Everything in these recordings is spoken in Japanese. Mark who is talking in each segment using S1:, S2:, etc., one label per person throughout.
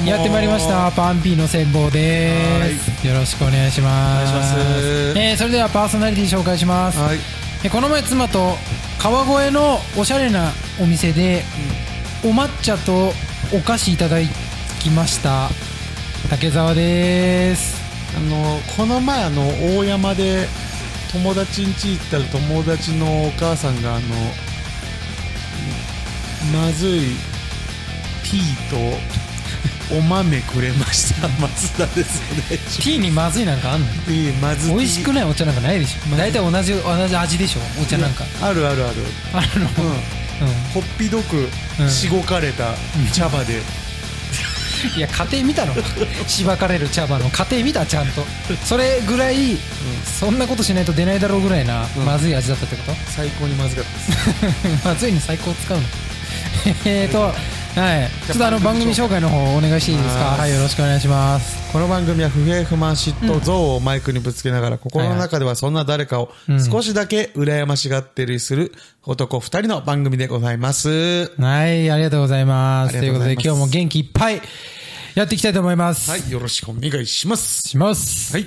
S1: も
S2: やってまいりましたパンピーの戦法ですよろしくお願いしま
S1: お
S2: す
S1: 願いします
S2: えーそれではパーソナリティ紹介します、
S1: はい
S2: えーこの前妻と川越のおしゃれなお店で、お抹茶とお菓子いただきました竹澤です
S1: あのこの前あの大山で友達ん家行ったら友達のお母さんがあのまずいティーとお豆くれました松田ですね
S2: ティーにまずいなんかあんの
S1: ティーまず
S2: 美味しくないお茶なんかないでしょ大体同じ同じ味でしょお茶なんか
S1: あるあるある
S2: あの
S1: うん
S2: う
S1: こっぴどく
S2: うん
S1: しごかれた茶葉で、
S2: んいや家庭見たの しばかれる茶葉の家庭見たちゃんとそれぐらいそんなことしないと出ないだろうぐらいな、
S1: うん
S2: まずい味だったってこと
S1: 最高にまずかったです
S2: まずいに最高使うの えーとはいちょっとあの番組紹介の方お願いしていいですか
S1: はい
S2: はいよろしくお願いします
S1: この番組は不平不満嫉妬憎をマイクにぶつけながら心の中ではそんな誰かを少しだけ羨ましがってりする男二人の番組でございます。
S2: はいありがとうございま
S1: あ
S2: すとい
S1: り
S2: う
S1: が
S2: こと
S1: うござ
S2: とで
S1: います
S2: 今日も元気いっぱいやっていきたいと思います、
S1: はい、よろしくお願いします。
S2: します
S1: はい。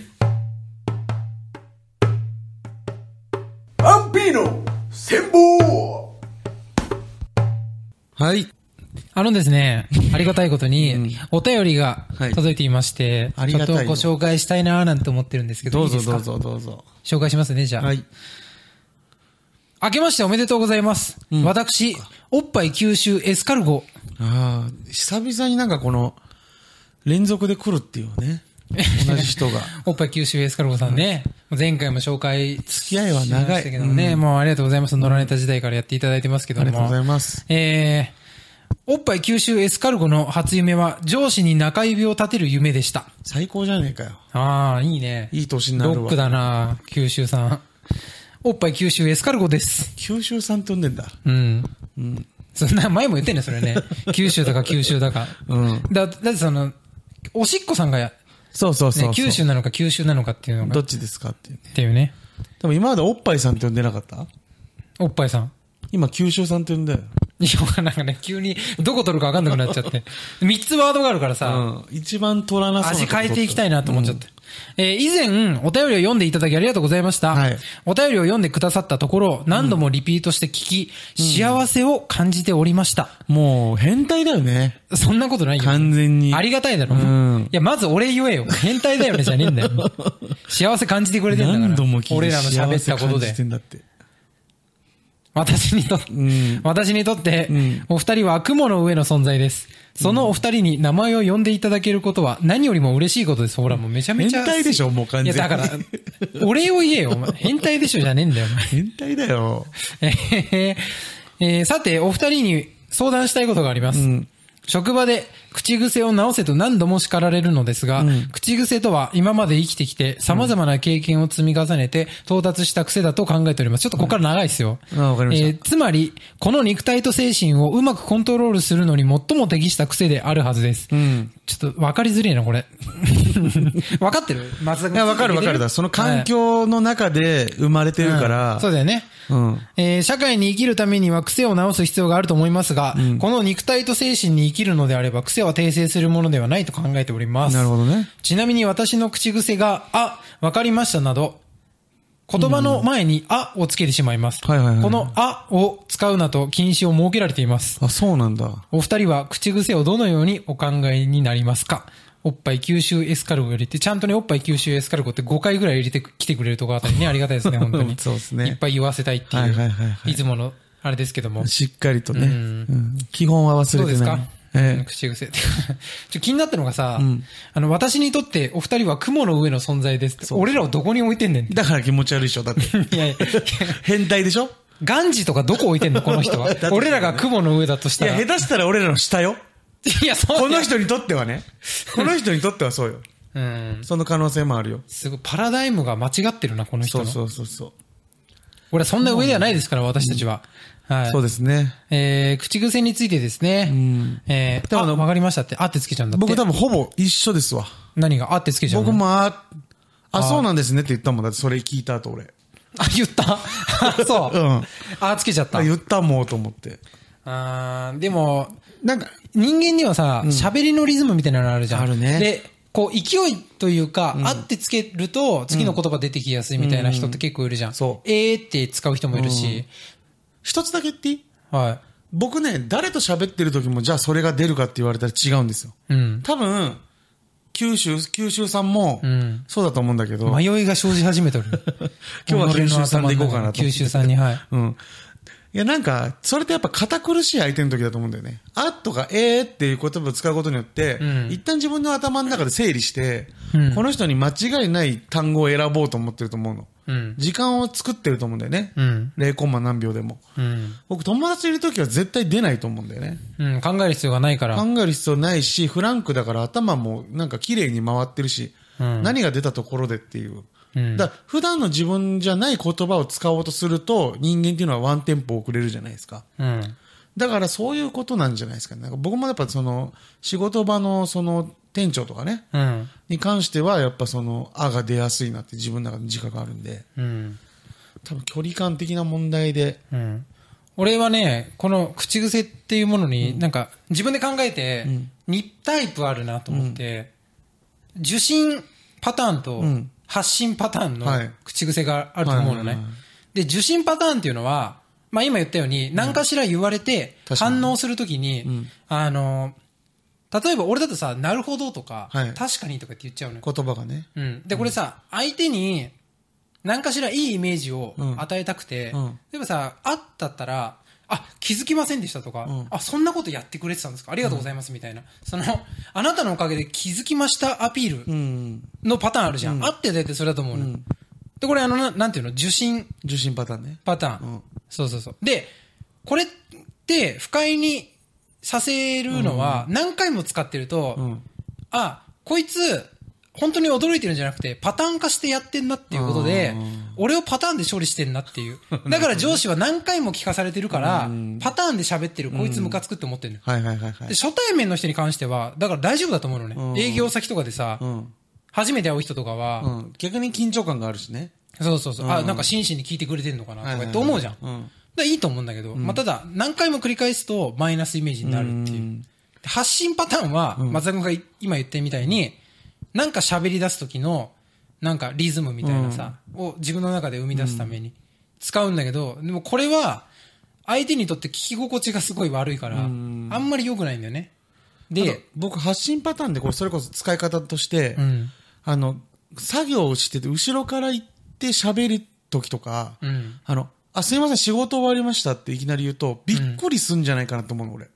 S3: アンピーの戦法
S1: はい。
S2: あのですね、ありがたいことに、お便りが
S1: はい
S2: 届いていまして、
S1: あり
S2: ちょ
S1: が
S2: ったと
S1: い
S2: ご紹介したいなーなんて思ってるんですけど、
S1: どう
S2: い
S1: ぞ
S2: いですか
S1: どうぞどうぞ。
S2: 紹介しますね、じゃあ。
S1: はい。
S2: 明けましておめでとうございます。私、おっぱい吸収エスカルゴ。
S1: ああ、久々になんかこの、連続で来るっていう ね。同じ人が。
S2: おっぱい吸収エスカルゴさんね、前回も紹介
S1: 付き合いは長い
S2: しましたけどね、もうありがとうございます。野良ネタ時代からやっていただいてますけど
S1: あ
S2: も。
S1: りがとうございます。
S2: えー、おっぱい吸収エスカルゴの初夢は、上司に中指を立てる夢でした。
S1: 最高じゃねえかよ。
S2: ああ、いいね。
S1: いい年になるわ
S2: ロックだな、九州さん。おっぱい九州エスカルゴです。
S1: 九州さんって呼んでんだ。
S2: うん。そんな前も言ってんねそれね。九州だか九州だか。
S1: うん
S2: だ、だってその、おしっこさんが、ね、
S1: そうそうそうそう。
S2: 九州なのか九州なのかっていうの
S1: ど
S2: が、
S1: っちですかっていう。
S2: っていうね。
S1: でも今までおっぱいさんって呼んでなかった
S2: おっぱいさん。
S1: 今九州さんって呼んだよ。
S2: いや、なんかね、急に、どこ取るか分かんなくなっちゃって。三つワードがあるからさ、
S1: うん。一番取らなそうな
S2: 味変えていきた
S1: い。
S2: いなと思っちゃって。えー以前、お便りを読んでいただきありがとうございました。
S1: はい
S2: お便りを読んでくださったところ、何度もリピートして聞き、幸せを感じておりました。
S1: もう、変態だよね。
S2: そんなことないよ。
S1: 完全に。
S2: ありがたいだろ。
S1: うん
S2: いや、まず俺言えよ。変態だよね、じゃねえんだ よ。幸せ感じてくれてんだから。
S1: 何度も聞いて
S2: 俺らの喋ったこと
S1: 幸せ感
S2: で
S1: じて。んだって。
S2: 私にとって、
S1: ん
S2: 私にとって、
S1: ん
S2: お二人は雲の上の存在です。そのお二人に名前を呼んでいただけることは何よりも嬉しいことです。ほら、もうめちゃめちゃ。
S1: 変態でしょもう完全に
S2: いや、だから、お礼を言えよ。お前変態でしょじゃねえんだよ、お前
S1: 変態だよ。
S2: えーえーさて、お二人に相談したいことがあります。職場で口癖を直せと何度も叱られるのですが、口癖とは今まで生きてきて様々な経験を積み重ねて到達した癖だと考えております。ちょっとここから長いですよ。
S1: うんあわかりました
S2: えーつまり、この肉体と精神をうまくコントロールするのに最も適した癖であるはずです。
S1: ん
S2: ちょっと分かりづれえな、これ。 分かってる松田君
S1: いや、わかるわかるだ。その環境の中で生まれてるか
S2: うん
S1: ら
S2: そ。うだよね。
S1: うん。
S2: えー社会に生きるためには癖を直す必要があると思いますが、この肉体と精神に生きるのであれば癖は訂正するものではないと考えております。
S1: なるほどね。
S2: ちなみに私の口癖が、あ、わかりましたなど、言葉の前に、あをつけてしまいます。
S1: はいはいはい
S2: この、あを使うなと禁止を設けられています。
S1: あ、そうなんだ。
S2: お二人は口癖をどのようにお考えになりますかおっぱい吸収エスカルゴ入れて、ちゃんとね、おっぱい吸収エスカルゴって5回ぐらい入れてきてくれるとこあた りね、ありがたいですね、本当
S1: う
S2: に。
S1: んそうですね
S2: いっぱい言わせたいっていう。
S1: はいはいはいはい
S2: いつもの、あれですけども。
S1: しっかりとね。うん基本は忘
S2: ど
S1: れ
S2: う
S1: てない。
S2: ですか、うん
S1: ええ。
S2: 口癖って。 ちょ、気になったのがさ、あの、私にとってお二人は雲の上の存在ですって。俺らをどこに置いてんねんって。
S1: だから気持ち 悪いでしょ、だ って。
S2: いやいや、
S1: 変態でしょ
S2: ガンジとかどこ置いてんのこの 人は。俺らが雲の上だとし
S1: い
S2: た
S1: や、
S2: ら。
S1: 下手したら俺らの下よ。
S2: いや、そう
S1: この人にとってはね。この人にとってはそうよ。
S2: うん。
S1: その可能性もあるよ。
S2: すごい、パラダイムが間違ってるな、この人
S1: そ
S2: の
S1: う。そうそうそう。
S2: 俺そんな上ではないですから、私たちは。はい。
S1: そう
S2: で
S1: ですね。
S2: す。えー、口癖についてですね。
S1: ん
S2: えー、
S1: でも
S2: あ、
S1: あの
S2: わかりましたって、あってつけちゃうんだって。
S1: 僕多分ほぼ一緒ですわ。
S2: 何があってつけちゃうの
S1: 僕。もあ、あ、そうなんですねって言ったもんだって、それ聞いた後俺。
S2: あ、言った。 あそう。
S1: うん
S2: あ、つけちゃった
S1: あ、。言ったもんと思って。
S2: あーでも、
S1: なんか、
S2: 人間にはさ、喋、りのリズムみたいなのあるじゃん。
S1: あるね
S2: で、こう、勢いというか、あってつけると、次の言葉出てきやすいみたいな人って結構いるじゃん。
S1: そ
S2: えーって使う人もいるし。
S1: 一つだけ言っていい
S2: は
S1: 僕ね、誰と喋ってる時も、じゃあそれが出るかって言われたら違うんですよ。
S2: い。うん。
S1: 多分、九州、九州さんも
S2: ん、
S1: そうだと思うんだけど、。
S2: 迷いが生じ始めとる
S1: 今日は九州さんで行こうかなと
S2: 九州さんに、はい。
S1: うん。いや、なんか、それってやっぱ堅苦しい相手の時だと思うんだよね。あとか、えーっていう言葉を使うことによって、
S2: ん
S1: 一旦自分の頭の中で整理して、
S2: うん
S1: この人に間違いない単語を選ぼうと思ってると思うの。
S2: うん。
S1: 時間を作ってると思うんだよね。
S2: うん。
S1: 0コンマ何秒でも。
S2: うん。
S1: 僕、友達いる時は絶対出ないと思うんだよね。
S2: うん。考える必要がないから。
S1: 考える必要ないし、フランクだから頭もなんか綺麗に回ってるし、
S2: うん
S1: 何が出たところでっていう。
S2: うん
S1: だから普段の自分じゃない言葉を使おうとすると、人間っていうのはワンテンポ遅れるじゃないですか。
S2: うん。
S1: だからそういうことなんじゃないですかね。なんか僕もやっぱその、仕事場のその店長とかね、
S2: うん。
S1: に関してはやっぱその、あが出やすいなって自分の中の自覚があるんで、
S2: うん。
S1: 多分距離感的な問題で、
S2: うん。俺はね、この口癖っていうものに、なんか自分で考えて、2タイプあるなと思って、受信パターンと
S1: ん
S2: 発信パターンの
S1: はい
S2: 口癖があると思うの
S1: はい
S2: ね
S1: はいはい。
S2: で、受信パターンっていうのは、まあ今言ったように、何かしら言われて
S1: 確かに
S2: 反応するときに
S1: ん、
S2: あの、例えば俺だとさ、なるほどとか
S1: はい、
S2: 確かにとかって言っちゃうのよ。
S1: 言葉がね、
S2: うん。で、これさ、相手に、何かしらいいイメージを
S1: うん
S2: 与えたくて、
S1: うん
S2: 例えばさ、あったったら、あ、気づきませんでしたとか、
S1: うん
S2: あ、そんなことやってくれてたんですかありがとうございますみたいな。その、あなたのおかげで気づきましたアピール
S1: うん、
S2: のパターンあるじゃん。あって大体それだと思うの、
S1: うん
S2: で、これあの、ななんていうの受信
S1: 受信パターンね。
S2: パターン、
S1: うん
S2: そうそうそう。で、これって不快にさせるのは何回も使ってると、
S1: うん
S2: あ、こいつ、本当に驚いてるんじゃなくて、パターン化してやってんなっていうことで
S1: うん、
S2: 俺をパターンで処理してんなっていう。だから上司は何回も聞かされてるから、パターンで喋ってる、こいつムカつくって思ってるのよ。
S1: はいはいはいはい
S2: で。初対面の人に関しては、だから大丈夫だと思うの
S1: う
S2: ね。
S1: ん
S2: 営業先とかでさ
S1: う、ん。
S2: 初めて会う人とかは、
S1: うん。逆に緊張感があるしね。
S2: そうそうそう、
S1: うん
S2: あ、なんか真摯に聞いてくれてんのかなと
S1: はいは
S2: か
S1: い
S2: っ
S1: はい
S2: て思うじゃん。
S1: うん。
S2: だからいいと思うんだけど、まあただ、何回も繰り返すとマイナスイメージになるっていううんで発信パターンは、松田君がい今言ってみたいに、なんか喋り出す時の、なんかリズムみたいなさ、を自分の中で生み出すために使うんだけど、でもこれは、相手にとって聞き心地がすごい悪いから、あんまり良くないんだよね。
S1: で
S2: で、、
S1: 僕発信パターンでこれそれこそ使い方として、
S2: うん。
S1: あの、作業をしてて後ろから行って喋る時とか、
S2: うん。
S1: あの、あ、すいません、仕事終わりましたっていきなり言うと、びっくりすんじゃないかなと思うの、俺。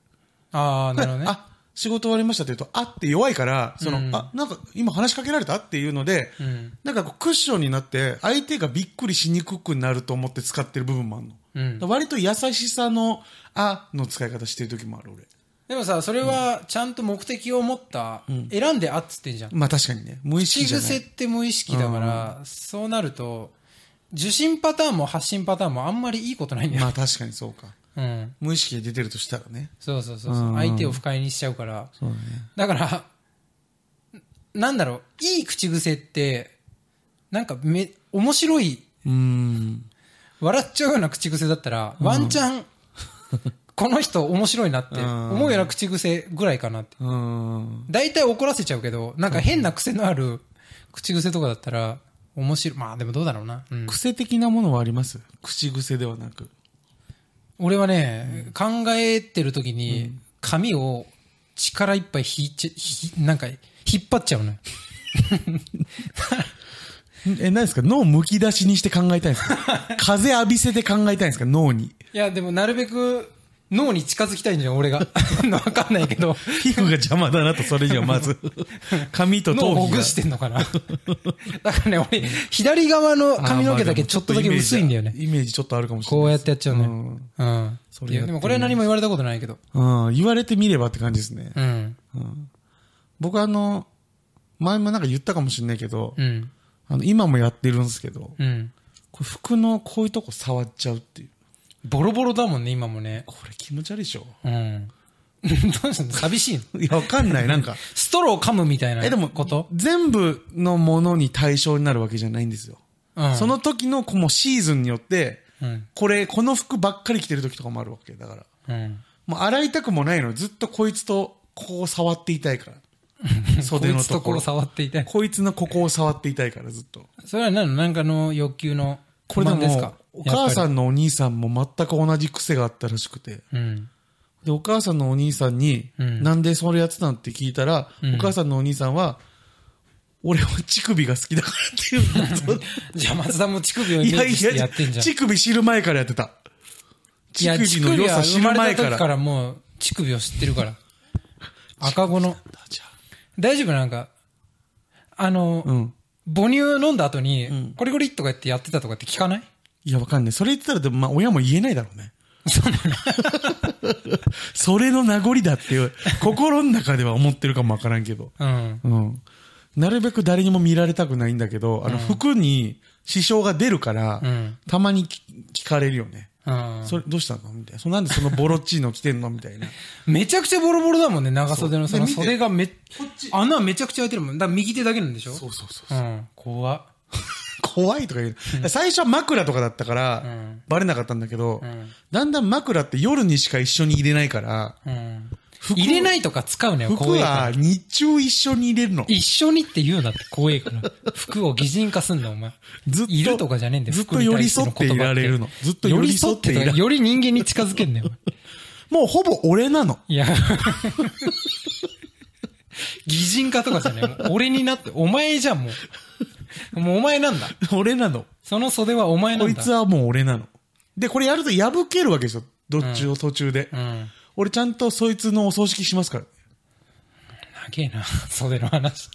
S2: ああ、なるほどね。
S1: あ、仕事終わりましたって言うと、あって弱いから、その、
S2: うん
S1: あ、なんか今話しかけられたっていうので、
S2: うん。
S1: なんかこうクッションになって、相手がびっくりしにくくなると思って使ってる部分もあるの。
S2: うん。
S1: 割と優しさの、あの使い方してる時もある、俺。
S2: でもさ、それはちゃんと目的を持った、選んであっつってんじゃん。
S1: まあ確かにね、無意識
S2: 口
S1: じゃない。
S2: 癖って無意識だから、そうなると、受信パターンも発信パターンもあんまりいいことないんだよ。
S1: まあ確かにそうか。
S2: うん。
S1: 無意識で出てるとしたらね。
S2: そうそうそうそうう。
S1: ん
S2: 相手を不快にしちゃうから。
S1: そうだね。
S2: だから、なんだろう、いい口癖って、なんかめ、面白い、
S1: うん。
S2: 笑っちゃうような口癖だったら、ワンチャン、この人面白いなって思うような口癖ぐらいかなって。
S1: うん。
S2: 大体怒らせちゃうけど、なんか変な癖のある口癖とかだったら、面白い。まあでもどうだろうな。うん、
S1: 癖的なものはあります口癖ではなく。
S2: 俺はね、考えてる時に、髪を力いっぱい引いちゃ、ひなんか、引っ張っちゃうのよ。
S1: え、何ですか脳むき出しにして考えたいんです か風浴びせて考えたいんですか脳に。
S2: いや、でもなるべく、脳に近づきたいんじゃん、 俺が。わかんないけど。
S1: 皮膚が邪魔だなと、それにはまず。 髪と
S2: 脳
S1: 頭
S2: を
S1: 皮が。
S2: ほぐしてんのか な。だからね、俺、左側の髪の毛だけちょっとだけ薄いんだよね。
S1: イメージちょっとあるかもしれない。
S2: こうやってやっちゃうね。
S1: うん
S2: うん。
S1: そ
S2: い
S1: れやってみます
S2: や、でもこれは何も言われたことないけど。
S1: うん、言われてみればって感じですね。
S2: うん。
S1: 僕あの、前もなんか言ったかもしれないけど、
S2: うん。
S1: あの、今もやってるんですけど、
S2: うん。
S1: これ服のこういうとこ触っちゃうっていう。
S2: ボロボロだもんね、今もね。
S1: これ気持ち悪いでしょ
S2: うん。 どうしたの寂しいの
S1: いや、わかんない。なんか、
S2: ストロー噛むみたいな
S1: え、でも
S2: こと、
S1: 全部のものに対象になるわけじゃないんですよ。
S2: うん、
S1: その時の、こうもうシーズンによって、
S2: うん。
S1: これ、この服ばっかり着てる時とかもあるわけ。だから。
S2: うん。
S1: もう洗いたくもないの。ずっとこいつとこう触っていたいから。袖
S2: こ
S1: の
S2: いつ
S1: と
S2: と
S1: こ
S2: こ
S1: ろ。
S2: ろ触っていたい。
S1: こいつのここを触っていたいから、ずっと。
S2: それは何なんかの欲求の
S1: これで
S2: 不満です
S1: も
S2: か、
S1: お母さ
S2: ん。
S1: んのお兄さんも全く同じ癖があったらしくて。
S2: うん。
S1: で、お母さんのお兄さんに、
S2: うん
S1: なんでそれやってたのって聞いたら、
S2: ん
S1: お母さんのお兄さんは、俺は乳首が好きだからっていうの と
S2: じゃあ松田も乳首をイ
S1: い
S2: メ
S1: や
S2: ージ
S1: い
S2: してや
S1: や、
S2: ってんじゃん。
S1: 乳首知る前からやってた。
S2: いや、
S1: 乳首の良さ知
S2: 乳
S1: る
S2: 首は生ま
S1: 前
S2: れた
S1: か
S2: 時
S1: ら。
S2: からもう乳首を知ってるから。赤子の。
S1: じゃあ
S2: 大丈夫なんか、あの、
S1: うん
S2: 母乳飲んだ後に、コリコリとかやってやってたとかって聞かない
S1: いや、わかんない。それ言ってたら、でも、まあ、親も言えないだろう ね。それの名残だっていう、心の中では思ってるかもわからんけど。
S2: うん。
S1: うん。なるべく誰にも見られたくないんだけど、あの、服に支障が出るから、
S2: うん
S1: たまに聞聞かれるよね。
S2: うん。
S1: それ、どうしたのみたいな。そなんでそのボロっちいの着てんのみた いな。
S2: めちゃくちゃボロボロだもんね、長袖の。
S1: そ
S2: そうの
S1: で見て
S2: 袖がめ、穴めちゃくちゃ開いてるもん。だから右手だけなんでしょ
S1: そうそうそう。
S2: うん。怖っ。
S1: 怖いとか言う。最初は枕とかだったから、
S2: うん
S1: バレなかったんだけど、
S2: ん
S1: だんだん枕って夜にしか一緒に入れないから、
S2: うん。
S1: 服
S2: 入れないとか使うのよ、
S1: 服
S2: 怖いから
S1: は日中一緒に入れるの。
S2: 一緒にって言うなって怖いから。 服を擬人化すんな、お前。
S1: ずっと
S2: いるとかじゃねえんだよ。
S1: ずっと
S2: 服に対しての
S1: 寄り添っていられるの
S2: 言葉
S1: ずっと寄り添っていら
S2: 寄りとより人間に近づけんだよ。お前
S1: もうほぼ俺なの。
S2: いや。擬人化とかじゃねえもう。俺になって、お前じゃん、もう。もうお前なんだ。
S1: 俺なの。
S2: その袖はお前な
S1: こ
S2: ん
S1: い
S2: だ。
S1: つはもう俺なの。で、これやると破けるわけですよ。どっちを途中で。
S2: うん。
S1: 俺ちゃんとそいつのお葬式しますから。
S2: 長えな、 袖の話。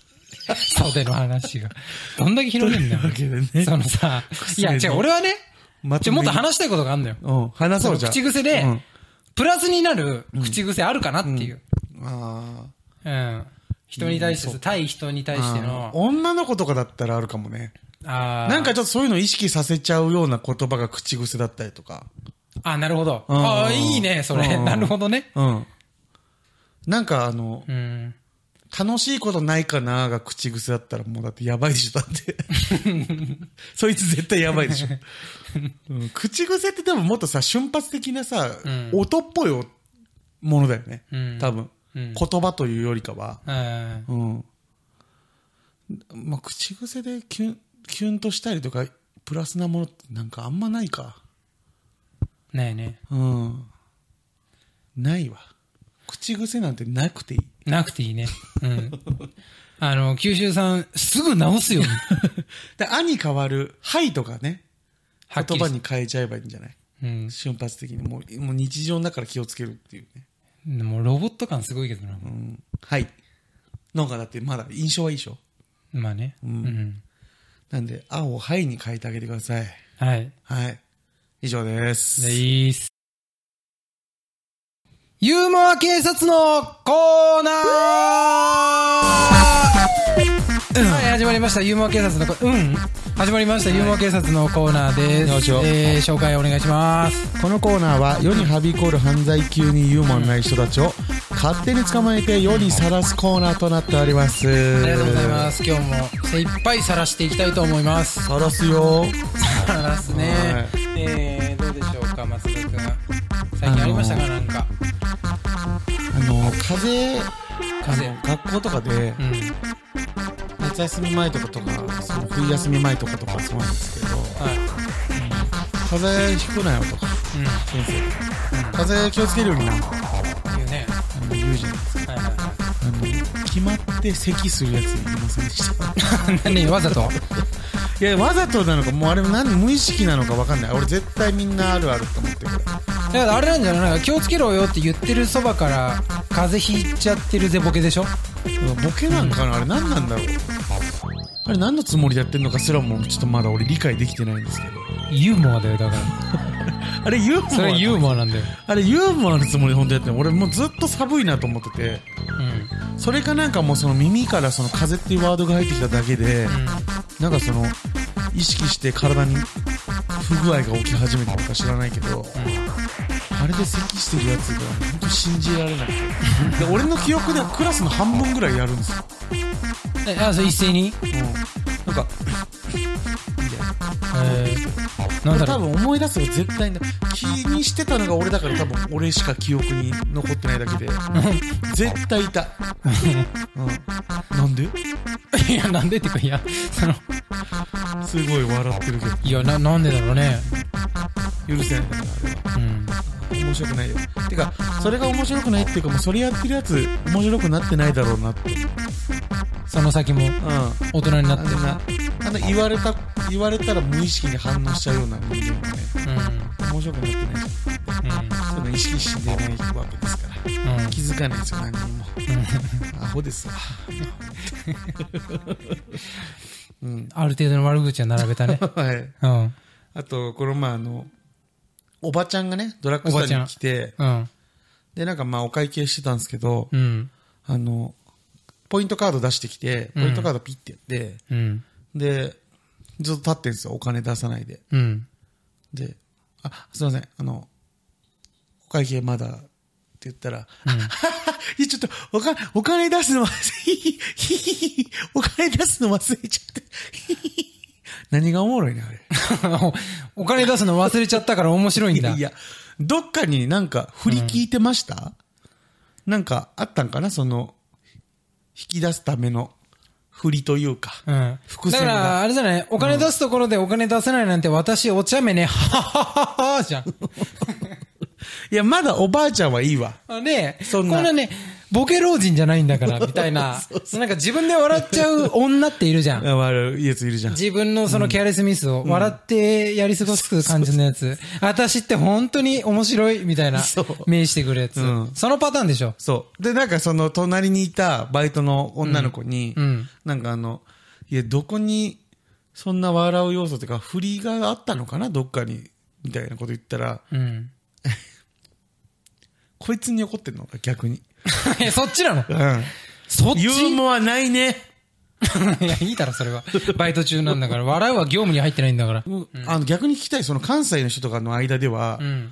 S2: 袖の話が。どんだけ広げんだよ。
S1: というわけでね
S2: そのさ、いや、
S1: 失
S2: 違
S1: 礼
S2: う、
S1: の
S2: 俺はね、
S1: ま
S2: ち
S1: と
S2: ょ、
S1: め
S2: も
S1: に
S2: っと話したいことがあるんだよ。
S1: うん。話そうじゃん。
S2: 口癖で、
S1: うん
S2: プラスになる口癖あるかなっていう。
S1: あ
S2: うん。人に対して、対人に対
S1: ー
S2: して
S1: あー。
S2: の、
S1: 女の子とかだったらあるかもね。
S2: あー
S1: なんか、ちょっとそういうの意識させちゃうような言葉が口癖だったりとか。
S2: あ、なるほど。
S1: うん
S2: ああ、いいね、それ。
S1: うん
S2: なるほどね。
S1: うん。なんかあの、
S2: うん。
S1: 楽しいことないかなが口癖だったらもうだってやばいでしょ、だって。 そいつ絶対やばいでしょ。うん口癖ってでももっとさ、瞬発的なさ、
S2: うん
S1: 音っぽいおものだよね。
S2: うん
S1: 多分、
S2: うん
S1: 言葉というよりかは。
S2: うん。
S1: うん。まあ、口癖でキュン、キュンとしたりとか、プラスなものってなんかあんまないか。
S2: ないね。
S1: うん。ないわ。口癖なんてなくていい。
S2: なくていいね。 うん。あの、九州さん、すぐ直すよ。
S1: で、あに変わる、はいとかね。
S2: はっき
S1: 言
S2: り
S1: 葉に変えちゃえばいいんじゃない
S2: うん。
S1: 瞬発的に。もう、もう日常の中から気をつけるっていうね。
S2: もうロボット感すごいけどな。
S1: うん。はい。のがだってまだ印象はいいでしょ
S2: まあね。うん。
S1: なんで、青をはいに変えてあげてください。
S2: はい。
S1: はい。以上です。
S2: でいいっす。ユーモア警察のコーナーはい、始まりました。ユーモア警察のコーうん。始まりました。ユーモア警察のコーナーです。
S1: よいしょ
S2: えー、紹介お願いします。
S1: このコーナーは世にはびこる犯罪級にユーモアのない人たちを勝手に捕まえて世にさらすコーナーとなっております。
S2: あ
S1: あ。
S2: りがとうございますす。今日も精一杯晒していきたいと思います。
S1: さらすよ。
S2: 晒すね
S1: は。
S2: えー、どうでしょうか、松田君。最近ありましたか、なんか。
S1: あの、風邪、
S2: 風
S1: あの学校とかで、
S2: うん。
S1: 夏休み前とかとか、その冬休み前とかとかそうなんですけど、
S2: はい。
S1: 風邪ひくなよとか、先生。風邪気をつけるようにな、あ
S2: うん。っていうね。
S1: の言うじゃないですか。
S2: はいはいはい。
S1: あの、決まって咳するやついませんでした。
S2: 何わざと
S1: いや、わざとなのか、もうあれ何、無意識なのかわかんない。俺絶対みんなあるあると思ってる。
S2: だからあれなんじゃない気をつけろよって言ってるそばから風邪ひいちゃってるぜボケでしょ
S1: ボケなんかな、あれ何なんだろうあれ何のつもりでやってるのかすらもちょっとまだ俺理解できてないんですけど
S2: ユーモアだよだから
S1: あれユーモア
S2: それはユーモアなんだよ
S1: あれユーモアのつもりで本当やってる俺もうずっと寒いなと思ってて
S2: うんうん
S1: それかなんかもうその耳からその風っていうワードが入ってきただけで、なんかその意識して体に不具合が起き始めたのか知らないけど、あれで咳してるやつが本当信じられない で俺の記憶ではクラスの半分ぐらいやるんですよ
S2: えあそれ一斉に
S1: うん、なんか
S2: えー、なんだ
S1: 多
S2: ろう。
S1: 分思い出すよ絶対に気にしてたのが俺だから多分俺しか記憶に残ってないだ けで絶対い た、うん、なんで
S2: いや、なんでっていうか、いや、その、
S1: すごい笑ってるけ
S2: いや、な、なんでだろうね。
S1: ど許せないんだからあれは
S2: うん。
S1: 面白くないよてかそれが面白くないっていうかもうそれやってるやつ面白くなってないだろうなってうん
S2: その先も
S1: あ
S2: 大人になっ
S1: ん
S2: て。
S1: なあんな言われた言われたら無意識に反応しちゃうような人間はね
S2: うん。う
S1: 面白くなってないじゃんそういうの意識してないわけですから
S2: ん。うん。
S1: 気づかないですよ何にもアホですわ
S2: ある程度の悪口は並べ たね。
S1: はい
S2: うん。
S1: あとこのまああのおばちゃんがねドラッグストアに来て
S2: うん。
S1: でなんかまあお会計してたんですけど、
S2: うん。
S1: あのポイントカード出してきてポイントカードピッてやって、
S2: うん。
S1: で、ずっと立ってんですよ。お金出さないで。
S2: うん。
S1: で、あ、すいません。あの、お会計まだって言ったら、 いや、ちょっと、お金、お金出すの忘れ、ひひひひひお金出すの忘れちゃって、 ひひひ何がおもろいね、あれ。
S2: お金出すの忘れちゃったから面白いんだ。
S1: いや、どっかになんか振り聞いてました、なんかあったんかなその、引き出すための振りというか。
S2: うん。
S1: 伏
S2: だ
S1: 線
S2: か
S1: が
S2: ら、あれじゃないお金出すところでお金出せないなんて私お茶目ね。ははははじゃん。
S1: いや、まだおばあちゃんはいいわ。
S2: あね
S1: そんな
S2: こんなね、ボケ老人じゃないんだから、みたいな。なんか自分で笑っちゃう女っているじゃん。
S1: あ悪いやついるじゃん。
S2: 自分のそのケアレスミスを笑ってやり過ごす感じのやつ。私って本当に面白いみたいな
S1: そう
S2: 名してくるやつ
S1: うん。
S2: そのパターンでしょ。
S1: そう。で、なんかその隣にいたバイトの女の子に、
S2: うんうん
S1: なんかあの、いや、どこにそんな笑う要素っていうか、振りがあったのかなどっかに。みたいなこと言ったら、
S2: うん。
S1: こいつに怒ってんのか逆に。
S2: え、そっちなの
S1: うん。
S2: そっち
S1: ユーモアないね。
S2: いや、いいだろ、それは。バイト中なんだから。笑うは業務に入ってないんだから。
S1: あの、逆に聞きたい、その関西の人とかの間では、
S2: うん。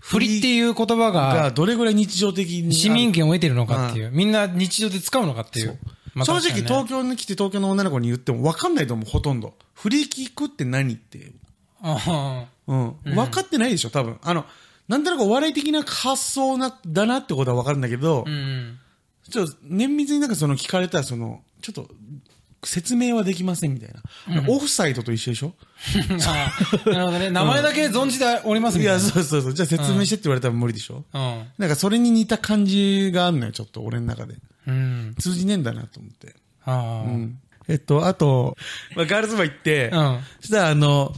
S2: 振りっていう言葉が
S1: がどれぐらい日常的にある。
S2: 市民権を得てるのかっていう。みんな日常で使うのかっていう。まあ
S1: 正
S2: 確か
S1: 直、
S2: にね
S1: 東京に来て東京の女の子に言っても分かんないと思う、ほとんど。振り聞くって何って。
S2: あ
S1: うん。分かってないでしょ、多分。あの、なんとなくお笑い的な発想な、だなってことは分かるんだけど、
S2: あ。うん。
S1: ちょっと綿密になんかその聞かれたら、その、ちょっと、説明はできませんみたいな。あのオフサイドと一緒でしょ、
S2: ああ なるほどね。名前だけ存じておりますみ
S1: い
S2: たいな。
S1: や、そうそうそう。じゃあ説明してって言われたら無理でしょ、
S2: うん。
S1: なんかそれに似た感じがあんのよ、ちょっと俺の中で。
S2: うん。
S1: 通じねえんだなと思って。
S2: ああ。
S1: うん。えっと、あと、まあ、ガールズバー行って、
S2: うん
S1: そしたらあの、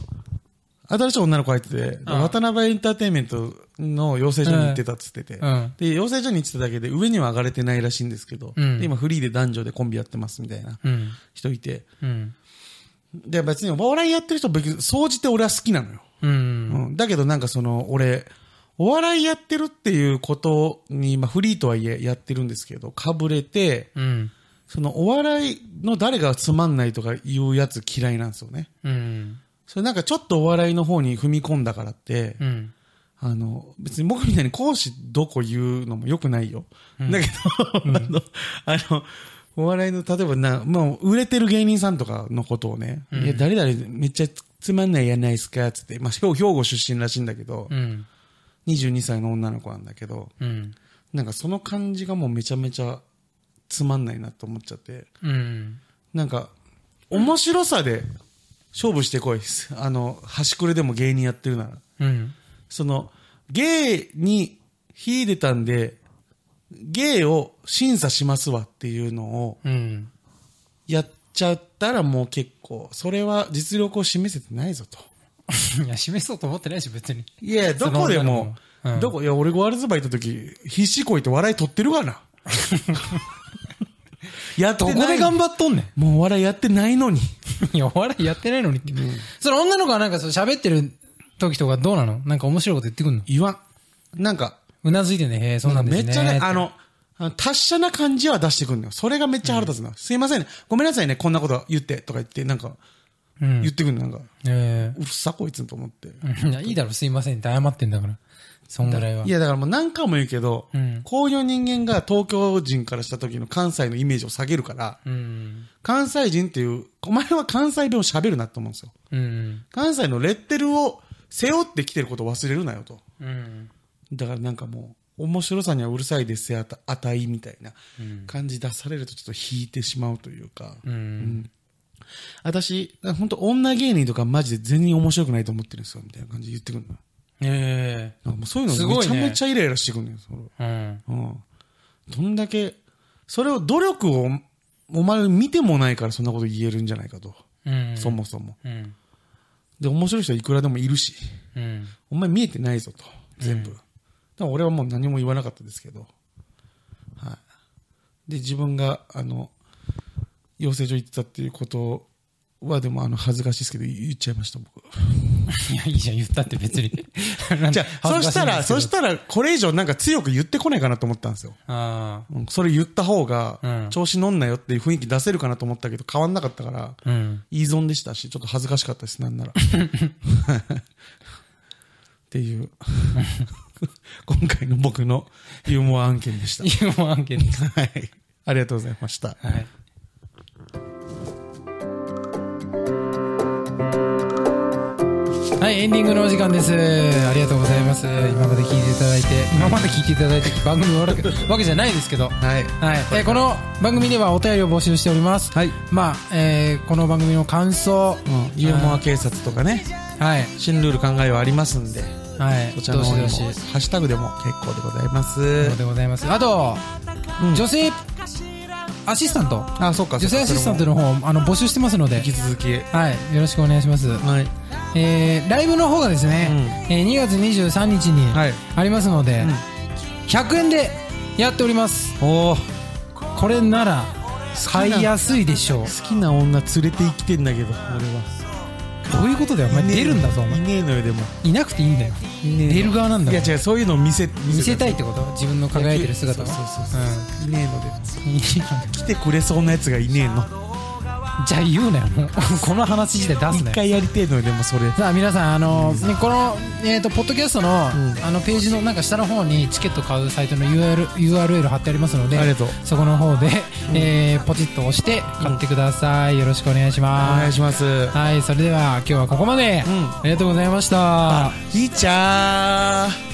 S1: 新しい女の子入ってて、渡辺エンターテインメントの養成所に行ってたっつってて、
S2: うん
S1: で、養成所に行ってただけで上には上がれてないらしいんですけど、
S2: うん
S1: で今フリーで男女でコンビやってますみたいな
S2: うん。
S1: 人いて、
S2: うん。で
S1: で、別にお笑いやってる人別に、総じて俺は好きなのよ。
S2: うん。
S1: うん。だけどなんかその、俺、お笑いやってるっていうことに、まあフリーとはいえやってるんですけど、かぶれて、
S2: うん。
S1: そのお笑いの誰がつまんないとかいうやつ嫌いなんですよね。
S2: うん。
S1: それなんかちょっとお笑いの方に踏み込んだからって、
S2: うん。
S1: あの、別に僕みたいに講師どこ言うのも良くないよ。だけど、あの、あの、お笑いの、例えばな、もう売れてる芸人さんとかのことをね、いや、誰々めっちゃつまんないやないですか、つって、まあ、兵兵庫出身らしいんだけど、
S2: うん。
S1: 22歳の女の子なんだけど、
S2: うん。
S1: なんかその感じがもうめちゃめちゃつまんないなと思っちゃって、
S2: うん。
S1: なんか、面白さで勝負してこい。あの、端くれでも芸人やってるなら。
S2: うん。
S1: その、芸に秀でたんで、芸を審査しますわっていうのを
S2: うん。
S1: やっちゃったらもう結構、それは実力を示せてないぞと。
S2: いや、示そうと思ってないし、別に。
S1: いや、どこでも、
S2: その女の子もうん
S1: どこ、いや、俺ゴールズバイ行った時、必死こいて笑い取ってるがな。 やって
S2: ど
S1: ない。
S2: こで頑張っとんね
S1: もうお笑いやってないのに。
S2: ん。いや、お笑いやってないのにって。その女の子はなんかそう喋ってる時とかどうなのなんか面白いこと言ってくんの
S1: 言わん。なんか、
S2: うなずいてね、へえ、そうなんです
S1: め
S2: ね。
S1: っちゃね、
S2: って
S1: あ、の、あの達者な感じは出してくるのよ。それがめっちゃ腹立つの。すいませんね。ごめんなさいね。こんなこと言って、とか言って、なんか、
S2: うん
S1: 言っ。てくるの。なんか、
S2: え
S1: うっさこいつと思って。
S2: え。いや、いいだろ、すいませんって謝ってんだから。そんぐらいは。
S1: いや、だからもう何回も言うけど、
S2: うん
S1: こういう人間が東京人からした時の関西のイメージを下げるから、
S2: うん。
S1: 関西人っていう、お前は関西弁を喋るなと思うんですよ。
S2: うん。
S1: 関西のレッテルを背負ってきてることを忘れるなよと。
S2: うん。
S1: だからなんかもう、面白さにはうるさいですやた、あたいみたいな感じ出されるとちょっと引いてしまうというか。
S2: うん。
S1: 私、本当女芸人とかマジで全然面白くないと思ってるんですよ、みたいな感じで言ってくるの。
S2: え
S1: なんかもうそういう
S2: す
S1: の
S2: ご
S1: め
S2: い
S1: ち
S2: ね
S1: ゃめちゃイライラしてくるのよ、それ
S2: えうん。
S1: うん。どんだけ、それを努力を、お前見てもないからそんなこと言えるんじゃないかと。
S2: うん。
S1: そもそも。
S2: うん。
S1: で、面白い人はいくらでもいるし、
S2: うん。
S1: お前見えてないぞと、全部。だから俺はもう何も言わなかったですけど。はい。で、自分が、あの、養成所行ってたっていうことは、でもあの、恥ずかしいですけど、言っちゃいました、僕。
S2: いや、いいじゃん、言ったって別に。
S1: じゃあ、そしたら、そしたたら、これ以上なんか強く言ってこないかなと思ったんですよ。
S2: あ
S1: うんそれ言った方が
S2: うん、
S1: 調子乗んなよっていう雰囲気出せるかなと思ったけど、変わんなかったから、
S2: あ。うん。
S1: 依存でしたし、ちょっと恥ずかしかったです、なんなら。っていう、 今回の僕のユーモア案件でした。
S2: ユーモア案件です。
S1: はい。ありがとうございました。
S2: はい。はい、エンディングのお時間です。ありがとうございます。今まで聞いていただいて、今まで聞いていただいて番組終わるわけじゃないですけど。はい。
S1: はい。
S2: えーこの番組ではお便りを募集しております。
S1: はい。
S2: まあ、えーこの番組の感想、
S1: うん、ユーモア警察とかね、
S2: はい。
S1: 新ルール考えはありますんで、
S2: はい。
S1: そちらの方にも、
S2: ど
S1: ハ
S2: しどし
S1: ッシュタグでも結構でございます。
S2: そうでございます。あと、
S1: うん
S2: 女性アシスタント、
S1: あ、そうか。
S2: 女性アシスタント
S1: の
S2: の方、あの、募集してますので
S1: 引、き続き。は
S2: はい、よろしくお願いします。
S1: い。
S2: えー、ライブの方がですね、えー2月23日に
S1: はい
S2: ありますので、
S1: うん
S2: 100円でやっております。
S1: おー
S2: これなら、買いやすいでしょう。
S1: 好きな女連れて生きてんだけど、俺は。
S2: どういうことだよ、お前出るんだぞ、お
S1: い
S2: 前。
S1: ねえのよでも
S2: いなくていいんだよ。出る側なんだ
S1: いや
S2: もん
S1: 違うそういうのを見せ見
S2: 見せ
S1: い
S2: たいってこと自分の輝いてる姿を。
S1: そうそうそうそういねえので
S2: うん
S1: 来てくれそうなやつがいねえ の
S2: じゃあ言うなよ、もう この話自体出すな
S1: 一
S2: よ。
S1: 回やりてえのよでもそれ
S2: さあ皆さん、あのねこの、えー、とポッドキャストの,、
S1: ん
S2: あのページのなんか下の方にチケット買うサイトの URL, URL 貼ってありますので
S1: ありがとう
S2: そこの方で、えーポチッと押して買ってください、よろしくお願いし
S1: お願
S2: ま
S1: い
S2: す
S1: します
S2: はいそれでは今日はここまで、
S1: うん
S2: ありがとうございました
S1: ひーちゃー